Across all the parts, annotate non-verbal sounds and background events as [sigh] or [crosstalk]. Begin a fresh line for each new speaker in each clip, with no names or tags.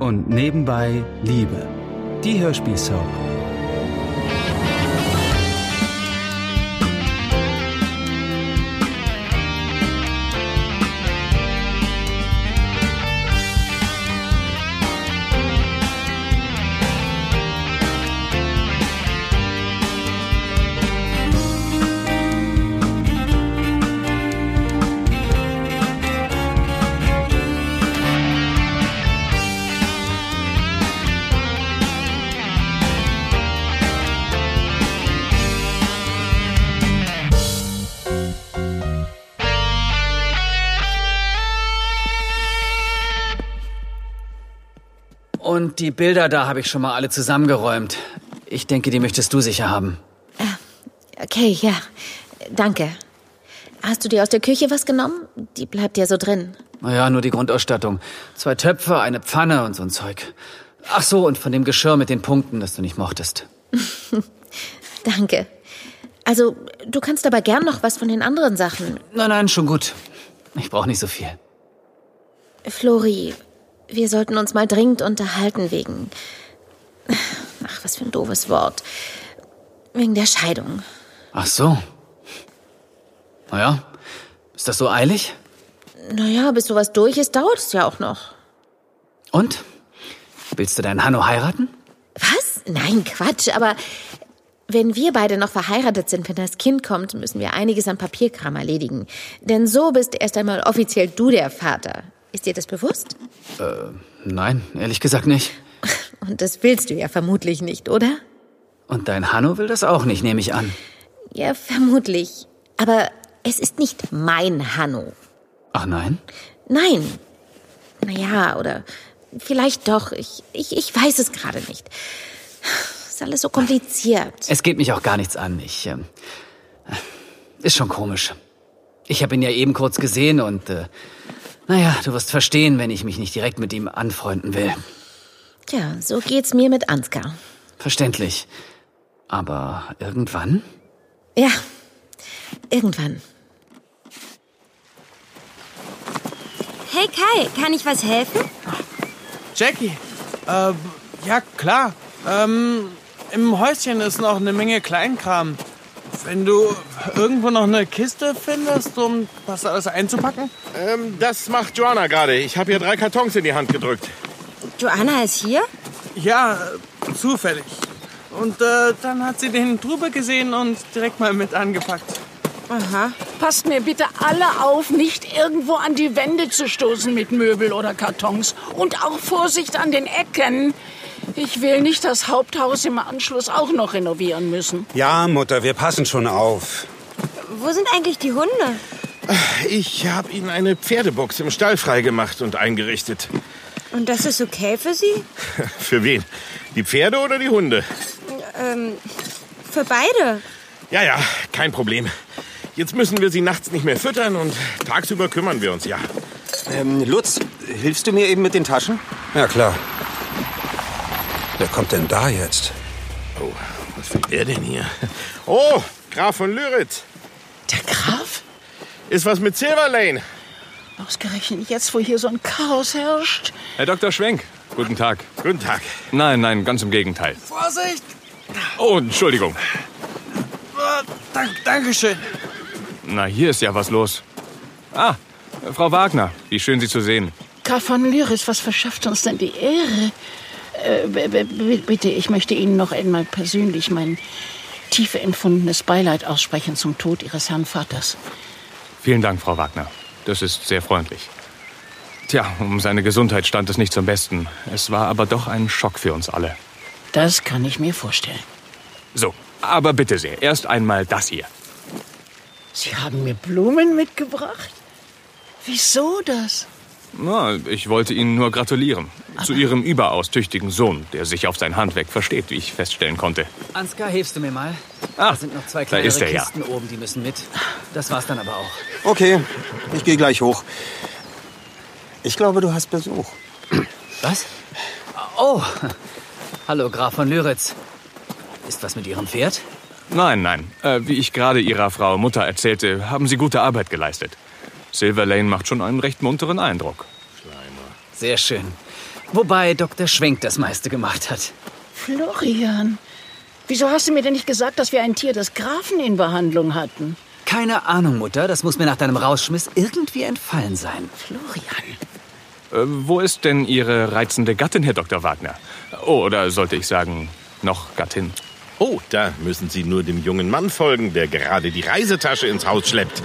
und nebenbei Liebe. Die Hörspielsoap.
Und die Bilder da habe ich schon mal alle zusammengeräumt. Ich denke, die möchtest du sicher haben.
Okay, ja. Danke. Hast du dir aus der Küche was genommen? Die bleibt ja so drin.
Naja, nur die Grundausstattung. Zwei Töpfe, eine Pfanne und so ein Zeug. Ach so, und von dem Geschirr mit den Punkten, das du nicht mochtest.
Danke. Also, du kannst aber gern noch was von den anderen Sachen.
Nein, nein, schon gut. Ich brauche nicht so viel.
Flori, wir sollten uns mal dringend unterhalten wegen. Ach, was für ein doofes Wort. Wegen der Scheidung.
Ach so. Naja, ist das so eilig?
Naja, bis sowas durch ist, dauert es ja auch noch.
Und? Willst du deinen Hanno heiraten?
Was? Nein, Quatsch, aber wenn wir beide noch verheiratet sind, wenn das Kind kommt, müssen wir einiges an Papierkram erledigen. Denn so bist erst einmal offiziell du der Vater. Ist dir das bewusst?
Äh, Nein, ehrlich gesagt nicht.
Und das willst du ja vermutlich nicht, oder?
Und dein Hanno will das auch nicht, nehme ich an.
Ja, vermutlich. Aber es ist nicht mein Hanno.
Ach nein?
Nein. Naja, oder vielleicht doch. Ich, ich, ich weiß es gerade nicht. Ist alles so kompliziert.
Es geht mich auch gar nichts an. Ich. ähm, ist schon komisch. Ich habe ihn ja eben kurz gesehen und. Äh, naja, du wirst verstehen, wenn ich mich nicht direkt mit ihm anfreunden will.
Tja, so geht's mir mit Ansgar.
Verständlich. Aber irgendwann?
Ja, irgendwann.
Hey Kai, kann ich was helfen?
Jackie, äh, ja klar. Ähm, Im Häuschen ist noch eine Menge Kleinkram. Wenn du irgendwo noch eine Kiste findest, um das alles einzupacken?
Ähm, das macht Joanna gerade. Ich habe ihr drei Kartons in die Hand gedrückt.
Joanna ist hier?
Ja, äh, zufällig. Und äh, dann hat sie den Trubel gesehen und direkt mal mit angepackt.
Aha.
Passt mir bitte alle auf, nicht irgendwo an die Wände zu stoßen mit Möbel oder Kartons. Und auch Vorsicht an den Ecken. Ich will nicht das Haupthaus im Anschluss auch noch renovieren müssen.
Ja, Mutter, wir passen schon auf.
Wo sind eigentlich die Hunde?
Ich habe ihnen eine Pferdebox im Stall freigemacht und eingerichtet. [laughs]
Und das ist okay für sie?
Für wen? Die Pferde oder die Hunde?
Ähm, für beide.
Ja, ja, kein Problem. Jetzt müssen wir sie nachts nicht mehr füttern und tagsüber kümmern wir uns ja.
Ähm, Lutz, hilfst du mir eben mit den Taschen? Ja, klar. Wer kommt denn da jetzt?
Oh, was will der denn hier? [laughs] Oh, Graf von Lyritz.
Der Graf?
Ist was mit Silver Lane?
Ausgerechnet jetzt, wo hier so ein Chaos herrscht.
Herr Dr. Schwenk, guten Tag.
Guten Tag.
Nein, nein, ganz im Gegenteil.
Vorsicht!
Oh, Entschuldigung.
Äh, dank, Dankeschön.
Na, hier ist ja was los. Ah, Frau Wagner, wie schön Sie zu sehen.
Graf von Lyris, was verschafft uns denn die Ehre? Äh, b- b- b- bitte, ich möchte Ihnen noch einmal persönlich mein tief empfundenes Beileid aussprechen zum Tod Ihres Herrn Vaters.
Vielen Dank, Frau Wagner. Das ist sehr freundlich. Tja, um seine Gesundheit stand es nicht zum Besten. Es war aber doch ein Schock für uns alle.
Das kann ich mir vorstellen.
So, aber bitte sehr, erst einmal das hier.
Sie haben mir Blumen mitgebracht? Wieso das?
Na, ich wollte Ihnen nur gratulieren. Zu Ihrem überaus tüchtigen Sohn, der sich auf sein Handwerk versteht, wie ich feststellen konnte.
Ansgar, hilfst du mir mal?
Ah,
da sind noch zwei
da
kleinere
ist er ja.
Kisten oben, die müssen mit. Das war's dann aber auch.
Okay, ich gehe gleich hoch. Ich glaube, du hast Besuch.
Was? Oh, hallo Graf von Löritz. Ist was mit Ihrem Pferd?
Nein, nein. Äh, wie ich gerade Ihrer Frau Mutter erzählte, haben Sie gute Arbeit geleistet. Silver Lane macht schon einen recht munteren Eindruck.
Sehr schön. Wobei Dr. Schwenk das meiste gemacht hat.
Florian, wieso hast du mir denn nicht gesagt, dass wir ein Tier des Grafen in Behandlung hatten?
Keine Ahnung, Mutter, das muss mir nach deinem Rauschmiss irgendwie entfallen sein.
Florian.
Äh, wo ist denn Ihre reizende Gattin, Herr Dr. Wagner? Oh, oder sollte ich sagen, noch Gattin?
Oh, da müssen Sie nur dem jungen Mann folgen, der gerade die Reisetasche ins Haus schleppt.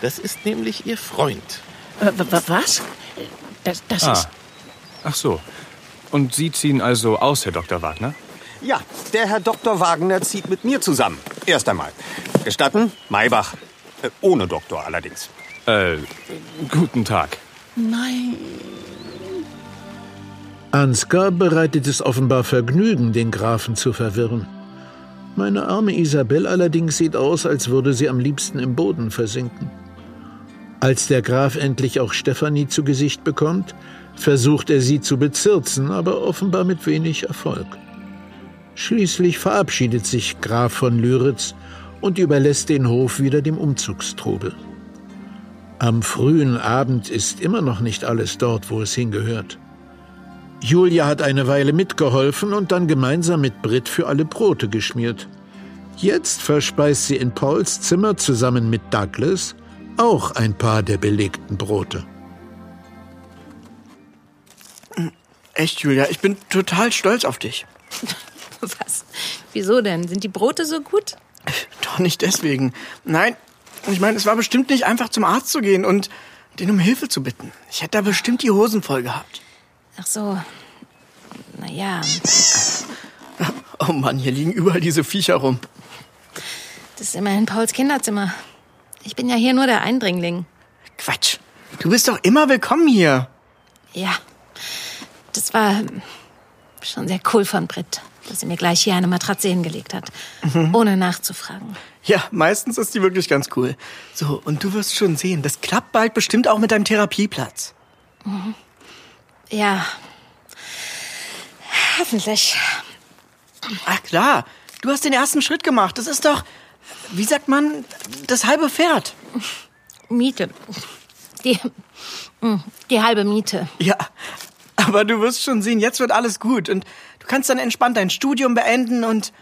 Das ist nämlich Ihr Freund.
Äh, wa- wa- Was? Das, das
Ah.
ist.
Ach so. Und Sie ziehen also aus, Herr Dr. Wagner?
Ja, der Herr Dr. Wagner zieht mit mir zusammen. Erst einmal. Gestatten? Maybach. Äh, ohne Doktor allerdings.
Äh, guten Tag.
Nein.
Ansgar bereitet es offenbar Vergnügen, den Grafen zu verwirren. Meine arme Isabel allerdings sieht aus, als würde sie am liebsten im Boden versinken. Als der Graf endlich auch Stefanie zu Gesicht bekommt, versucht er sie zu bezirzen, aber offenbar mit wenig Erfolg. Schließlich verabschiedet sich Graf von Lyritz und überlässt den Hof wieder dem Umzugstrubel. Am frühen Abend ist immer noch nicht alles dort, wo es hingehört. Julia hat eine Weile mitgeholfen und dann gemeinsam mit Brit für alle Brote geschmiert. Jetzt verspeist sie in Pauls Zimmer zusammen mit Douglas auch ein paar der belegten Brote.
Echt, Julia, ich bin total stolz auf dich.
[laughs] Was? Wieso denn? Sind die Brote so gut?
Doch nicht deswegen. Nein, ich meine, es war bestimmt nicht einfach zum Arzt zu gehen und den um Hilfe zu bitten. Ich hätte da bestimmt die Hosen voll gehabt.
Ach so. Naja,
[laughs] Oh Mann, hier liegen überall diese Viecher rum.
das ist immerhin Pauls Kinderzimmer. Ich bin ja hier nur der Eindringling.
Quatsch. Du bist doch immer willkommen hier.
Ja. Das war ähm, schon sehr cool von Britt, dass sie mir gleich hier eine Matratze hingelegt hat.
Mhm.
Ohne nachzufragen.
Ja, meistens ist die wirklich ganz cool. So, und du wirst schon sehen, das klappt bald bestimmt auch mit deinem Therapieplatz.
Mhm. Ja. Hoffentlich.
Ach Ah, klar, du hast den ersten Schritt gemacht. Das ist doch, wie sagt man, das halbe Pferd.
Miete. Die, mh, Mhm. die halbe Miete.
Ja, aber du wirst schon sehen, jetzt wird alles gut und du kannst dann entspannt dein Studium beenden und...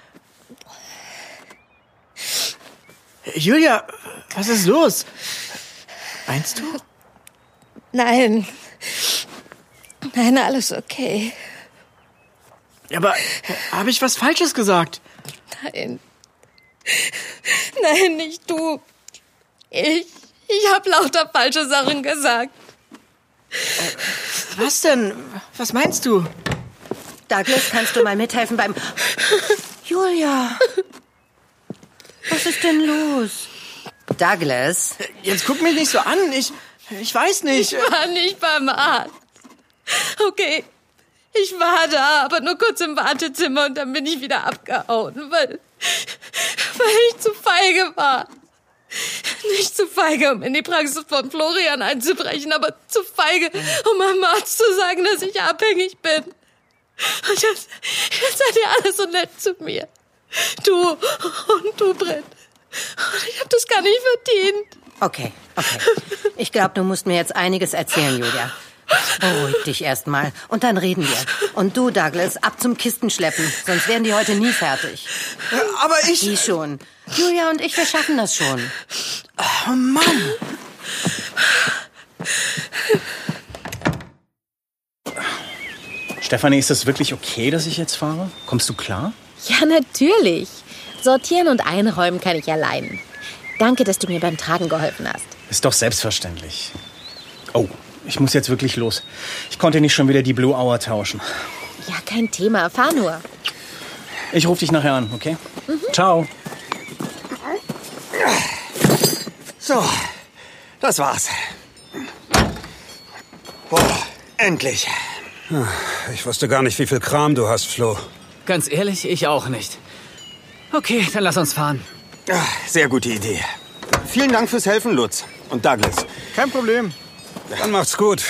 Julia, was ist los? Meinst du?
Nein. Nein, alles okay.
Aber habe ich was Falsches gesagt?
Nein. Nein, nicht du. Ich. Ich hab lauter falsche Sachen gesagt.
Was denn? Was meinst du?
Douglas, kannst du mal
[laughs]
mithelfen beim... Julia! Was ist denn los? Douglas?
Jetzt guck mich nicht so an. Ich, ich weiß nicht.
Ich war nicht beim Arzt. Okay. Ich war da, aber nur kurz im Wartezimmer und dann bin ich wieder abgehauen, weil, weil ich zu feige war. Nicht zu feige, um in die Praxis von Florian einzubrechen, aber zu feige, um am Arzt zu sagen, dass ich abhängig bin. Und jetzt, jetzt seid ihr alle so nett zu mir. Du und du, Brett. Und ich hab das gar nicht verdient.
Okay, okay. Ich glaube, du musst mir jetzt einiges erzählen, Julia. Beruhig dich erstmal und dann reden wir. Und du, Douglas, ab zum Kisten schleppen, sonst werden die heute nie fertig.
Aber ich.
Die schon. Julia und ich, wir schaffen das schon.
Oh Mann.
Stefanie, ist das wirklich okay, dass ich jetzt fahre? Kommst du klar?
Ja, natürlich. Sortieren und einräumen kann ich allein. Danke, dass du mir beim Tragen geholfen hast.
Ist doch selbstverständlich. Oh, ich muss jetzt wirklich los. Ich konnte nicht schon wieder die Blue Hour tauschen.
Ja, kein Thema. Fahr nur.
Ich rufe dich nachher an, okay? Ciao.
So, das war's. Boah, endlich.
Ah,
Ich wusste gar nicht, wie viel Kram du hast, Flo.
Ganz ehrlich, ich auch nicht. Okay, dann lass uns fahren.
Sehr gute Idee. Vielen Dank fürs Helfen, Lutz. Und Douglas.
Kein Problem.
Dann macht's gut.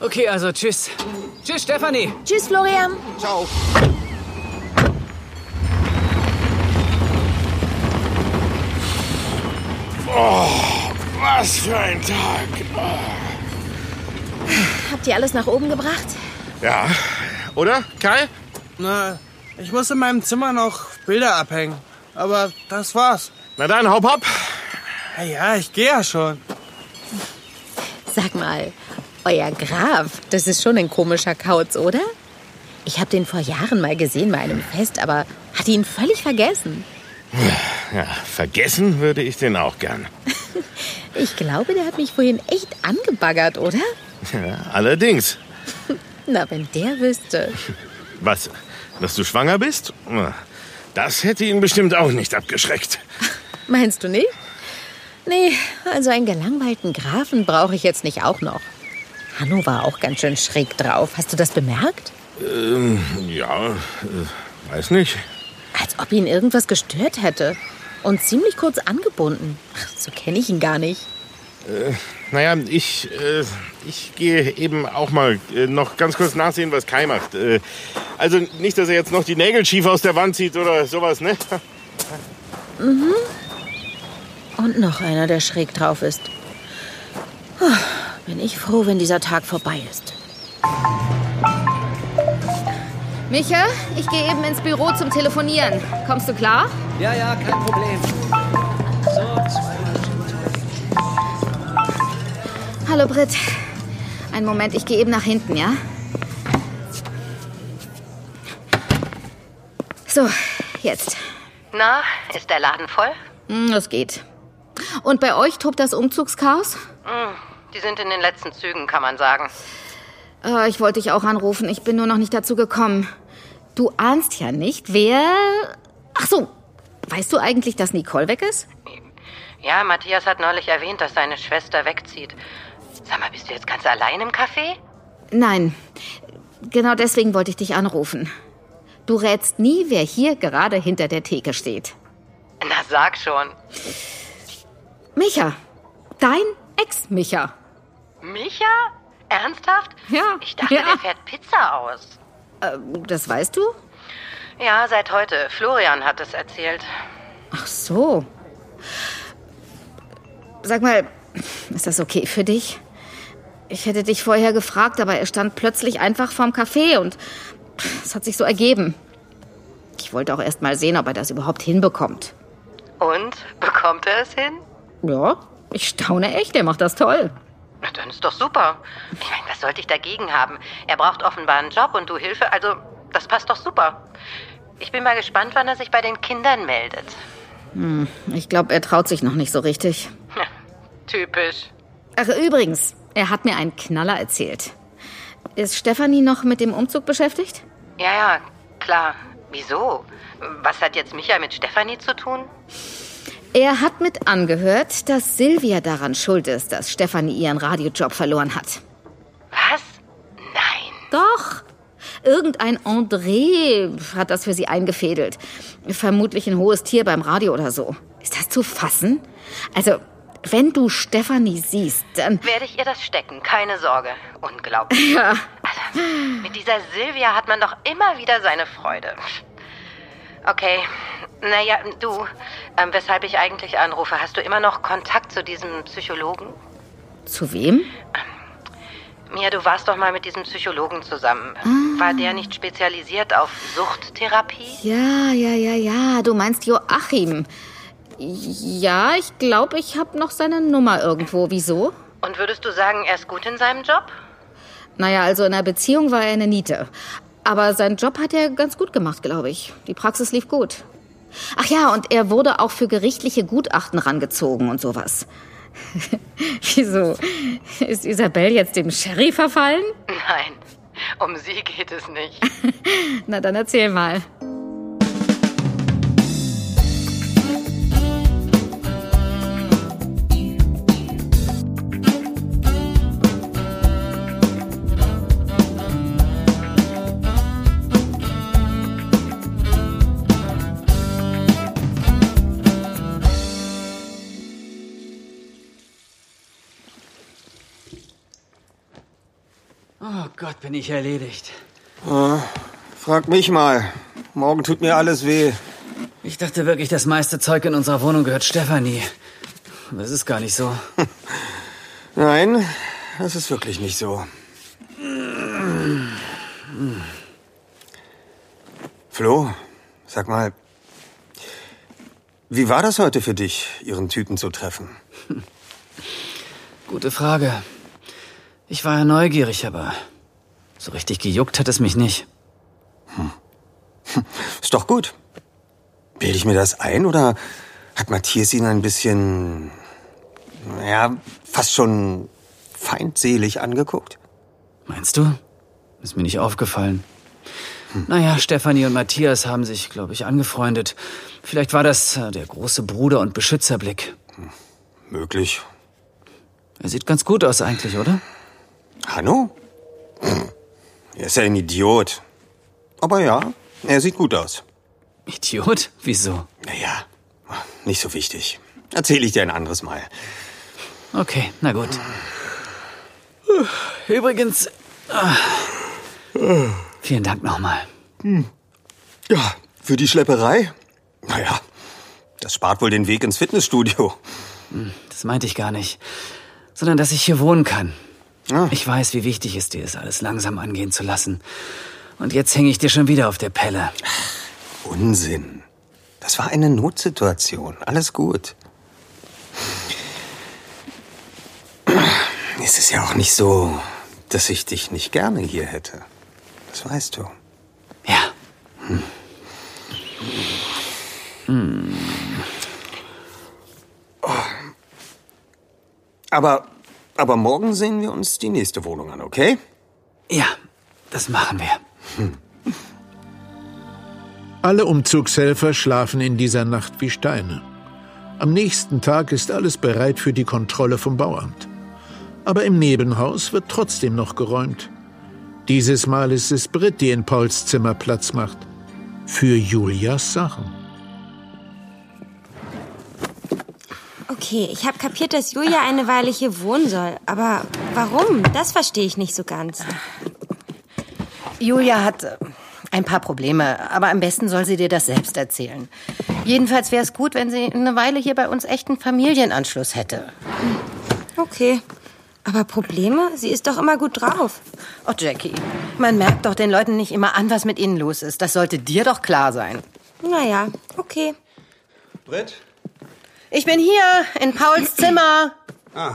Okay, also tschüss. Tschüss, Stefanie.
Tschüss, Florian.
Ciao.
Oh, was für ein Tag.
Habt ihr alles nach oben gebracht?
Ja, oder? Kai?
Na, ich muss in meinem Zimmer noch Bilder abhängen. Aber das war's.
Na dann, hopp, hopp.
Ja, ja ich gehe ja schon.
Sag mal, euer Graf, das ist schon ein komischer Kauz, oder? Ich habe den vor Jahren mal gesehen bei einem Fest, aber hatte ihn völlig vergessen.
Ja, vergessen würde ich den auch gern.
Ich glaube, der hat mich vorhin echt angebaggert, oder?
Ja, allerdings.
Na, wenn der wüsste.
Was? Dass du schwanger bist? Das hätte ihn bestimmt auch nicht abgeschreckt.
Meinst du nicht? Nee, also einen gelangweilten Grafen brauche ich jetzt nicht auch noch. Hanno war auch ganz schön schräg drauf. Hast du das bemerkt?
Ähm, ja, äh, weiß nicht.
Als ob ihn irgendwas gestört hätte. Und ziemlich kurz angebunden. Ach, so kenne ich ihn gar nicht.
Äh, naja, ich, äh, ich gehe eben auch mal äh, noch ganz kurz nachsehen, was Kai macht. Äh, also nicht, dass er jetzt noch die Nägel schief aus der Wand zieht oder sowas, ne?
Mhm. Und noch einer, der schräg drauf ist. Puh, Bin ich froh, wenn dieser Tag vorbei ist.
Micha, ich gehe eben ins Büro zum Telefonieren. Kommst du klar?
Ja, ja, kein Problem.
Hallo Britt. Einen Moment, ich gehe eben nach hinten, ja? So, jetzt.
Na, ist der Laden voll?
Hm, Das geht. Und bei euch tobt das Umzugschaos?
Hm, Die sind in den letzten Zügen, kann man sagen.
Äh, ich wollte dich auch anrufen, ich bin nur noch nicht dazu gekommen. Du ahnst ja nicht, wer... Ach so, weißt du eigentlich, dass Nicole weg ist?
Ja, Matthias hat neulich erwähnt, dass seine Schwester wegzieht. Sag mal, bist du jetzt ganz allein im Café?
Nein, genau deswegen wollte ich dich anrufen. Du rätst nie, wer hier gerade hinter der Theke steht.
Na, sag schon.
Micha, dein Ex-Micha.
Micha? Ernsthaft?
Ja.
Ich dachte,
Ja. Ähm.
der fährt Pizza aus.
Das weißt du?
Ja, seit heute. Florian hat es erzählt.
Ach so. Sag mal, ist das okay für dich? Ich hätte dich vorher gefragt, aber er stand plötzlich einfach vorm Café und es hat sich so ergeben. Ich wollte auch erst mal sehen, ob er das überhaupt hinbekommt.
Und? Bekommt er es hin?
Ja, ich staune echt, er macht das toll.
Na, dann ist doch super. Ich meine, was sollte ich dagegen haben? Er braucht offenbar einen Job und du Hilfe, also das passt doch super. Ich bin mal gespannt, wann er sich bei den Kindern meldet.
Hm, ich glaube, er traut sich noch nicht so richtig.
Typisch.
Ach, übrigens, er hat mir einen Knaller erzählt. Ist Stefanie noch mit dem Umzug beschäftigt?
Ja, ja, klar. Wieso? Was hat jetzt Micha mit Stefanie zu tun?
Er hat mit angehört, dass Silvia daran schuld ist, dass Stefanie ihren Radiojob verloren hat.
Was?
Nein. Doch. Irgendein André hat das für sie eingefädelt. Vermutlich ein hohes Tier beim Radio oder so. Ist das zu fassen? Also, wenn du Stefanie siehst, dann...
Werde ich ihr das stecken, keine Sorge. Unglaublich.
Ja.
Also, mit dieser Silvia hat man doch immer wieder seine Freude. Okay. Naja, du, ähm, weshalb ich eigentlich anrufe, hast du immer noch Kontakt zu diesem Psychologen?
Zu wem?
Mia, du warst doch mal mit diesem Psychologen zusammen. War der nicht spezialisiert auf Suchttherapie?
Ja, ja, ja, ja. Du meinst Joachim. Ja, ich glaube, ich habe noch seine Nummer irgendwo. Wieso?
Und würdest du sagen, er ist gut in seinem Job?
Naja, also in einer Beziehung war er eine Niete. Aber seinen Job hat er ganz gut gemacht, glaube ich. Die Praxis lief gut. Ach ja, und er wurde auch für gerichtliche Gutachten rangezogen und sowas. [laughs] Wieso? Ist Isabel jetzt dem Sherry verfallen? [laughs]
Nein, um sie geht es nicht.
Na, dann erzähl mal.
Oh Gott, bin ich erledigt.
Ah, frag mich mal. Morgen tut mir alles weh.
Ich dachte wirklich, das meiste Zeug in unserer Wohnung gehört Stefanie. Aber es ist gar nicht
[laughs]
so.
Nein, das ist wirklich nicht so. Hm. Flo, sag mal, wie war das heute für dich, Ihren Typen zu treffen?
Gute Frage. Ich war ja neugierig, aber so richtig gejuckt hat es mich nicht. Hm.
Hm. Ist doch gut. Bilde ich mir das ein oder hat Matthias ihn ein bisschen, naja, fast schon feindselig angeguckt?
Meinst du? Ist mir nicht aufgefallen.
Hm.
Naja, Stefanie und Matthias haben sich, glaube ich, angefreundet. Vielleicht war das äh, der große Bruder- und Beschützerblick.
Möglich.
Er sieht ganz gut aus eigentlich, oder?
Hanno? Hm. Er ist ja ein Idiot. Aber ja, er sieht gut aus.
Idiot? Wieso?
Naja, nicht so wichtig. Erzähle ich dir ein anderes Mal.
Okay, na gut. Übrigens, ah, vielen Dank nochmal.
Ja, für die Schlepperei? Naja, das spart wohl den Weg ins Fitnessstudio.
Das meinte ich gar nicht. Sondern, dass ich hier wohnen kann. Ich weiß, wie wichtig es dir ist, alles langsam angehen zu lassen. Und jetzt hänge ich dir schon wieder auf der Pelle.
Unsinn. Das war eine Notsituation. Alles gut. Es ist ja auch nicht so, dass ich dich nicht gerne hier hätte. Das weißt du.
Hm.
Oh. Aber, aber morgen sehen wir uns die nächste Wohnung an, okay?
Ja, das machen wir.
Alle Umzugshelfer schlafen in dieser Nacht wie Steine. Am nächsten Tag ist alles bereit für die Kontrolle vom Bauamt. Aber im Nebenhaus wird trotzdem noch geräumt. Dieses Mal ist es Britt, die in Pauls Zimmer Platz macht. Für Julias Sachen.
Okay, ich habe kapiert, dass Julia eine Weile hier wohnen soll. Aber warum? Das verstehe ich nicht so ganz.
Julia hat äh, ein paar Probleme, aber am besten soll sie dir das selbst erzählen. Jedenfalls wäre es gut, wenn sie eine Weile hier bei uns echten Familienanschluss hätte.
Okay. Aber Probleme? Sie ist doch immer gut drauf.
Oh, Jackie, man merkt doch den Leuten nicht immer an, was mit ihnen los ist. Das sollte dir doch klar sein.
Naja, okay.
Brett?
Ich bin hier in Pauls Zimmer.
Ah.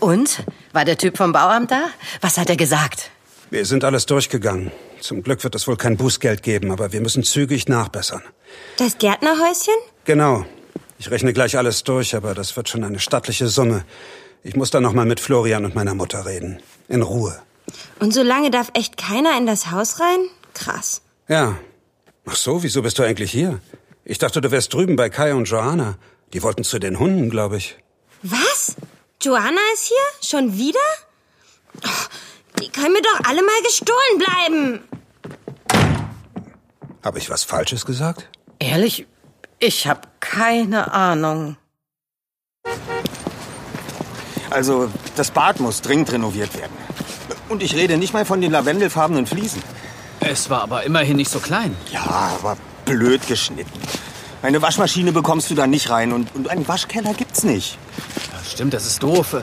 Und? War der Typ vom Bauamt da? Was hat er gesagt?
Wir sind alles durchgegangen. Zum Glück wird es wohl kein Bußgeld geben, aber wir müssen zügig nachbessern.
Das Gärtnerhäuschen?
Genau. Ich rechne gleich alles durch, aber das wird schon eine stattliche Summe. Ich muss dann noch mal mit Florian und meiner Mutter reden. In Ruhe.
Und so lange darf echt keiner in das Haus rein? Krass.
Ja. Ach so, wieso bist du eigentlich hier? Ich dachte, du wärst drüben bei Kai und Johanna. Die wollten zu den Hunden, glaube ich.
Was? Joanna ist hier? Schon wieder? Oh, die können mir doch alle mal gestohlen bleiben.
Habe ich was Falsches gesagt?
Ehrlich, ich habe keine Ahnung.
Also, das Bad muss dringend renoviert werden. Und ich rede nicht mal von den lavendelfarbenen Fliesen.
Es war aber immerhin nicht so klein.
Ja, aber blöd geschnitten. Eine Waschmaschine bekommst du da nicht rein und, und einen Waschkeller gibt's nicht.
stimmt, das ist doof.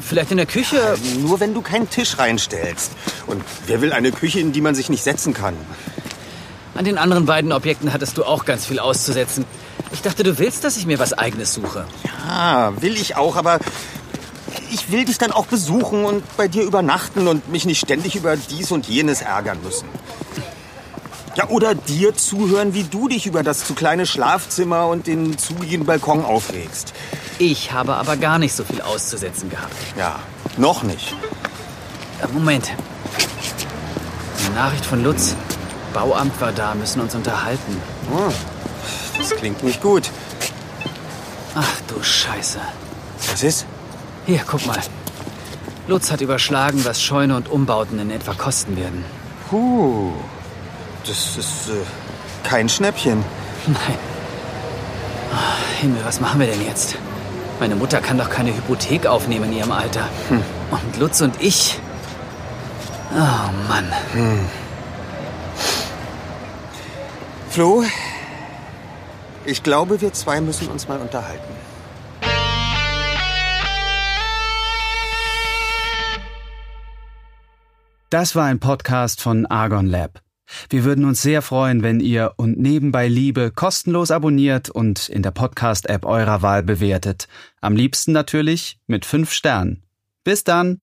Vielleicht in der Küche.
Äh, nur wenn du keinen Tisch reinstellst. Und wer will eine Küche, in die man sich nicht setzen kann?
An den anderen beiden Objekten hattest du auch ganz viel auszusetzen. Ich dachte, du willst, dass ich mir was Eigenes suche.
Ah, will ich auch, aber ich will dich dann auch besuchen und bei dir übernachten und mich nicht ständig über dies und jenes ärgern müssen. Ja, oder dir zuhören, wie du dich über das zu kleine Schlafzimmer und den zugigen Balkon aufregst.
Ich habe aber gar nicht so viel auszusetzen gehabt.
Ja, noch nicht.
Äh, Moment. Eine Nachricht von Lutz. Bauamt war da, müssen uns unterhalten.
Hm, das klingt nicht gut.
Ach du Scheiße.
Was ist?
Hier, guck mal. Lutz hat überschlagen, was Scheune und Umbauten in etwa kosten werden.
Puh. Das ist äh, kein Schnäppchen.
Nein. Ah, Himmel, was machen wir denn jetzt? Meine Mutter kann doch keine Hypothek aufnehmen in ihrem Alter.
Hm.
Und Lutz und ich. Oh Mann.
Hm. Flo, ich glaube, wir zwei müssen uns mal unterhalten.
Das war ein Podcast von Argon Lab. Wir würden uns sehr freuen, wenn ihr und nebenbei Liebe kostenlos abonniert und in der Podcast-App eurer Wahl bewertet. Am liebsten natürlich mit fünf Sternen. Bis dann!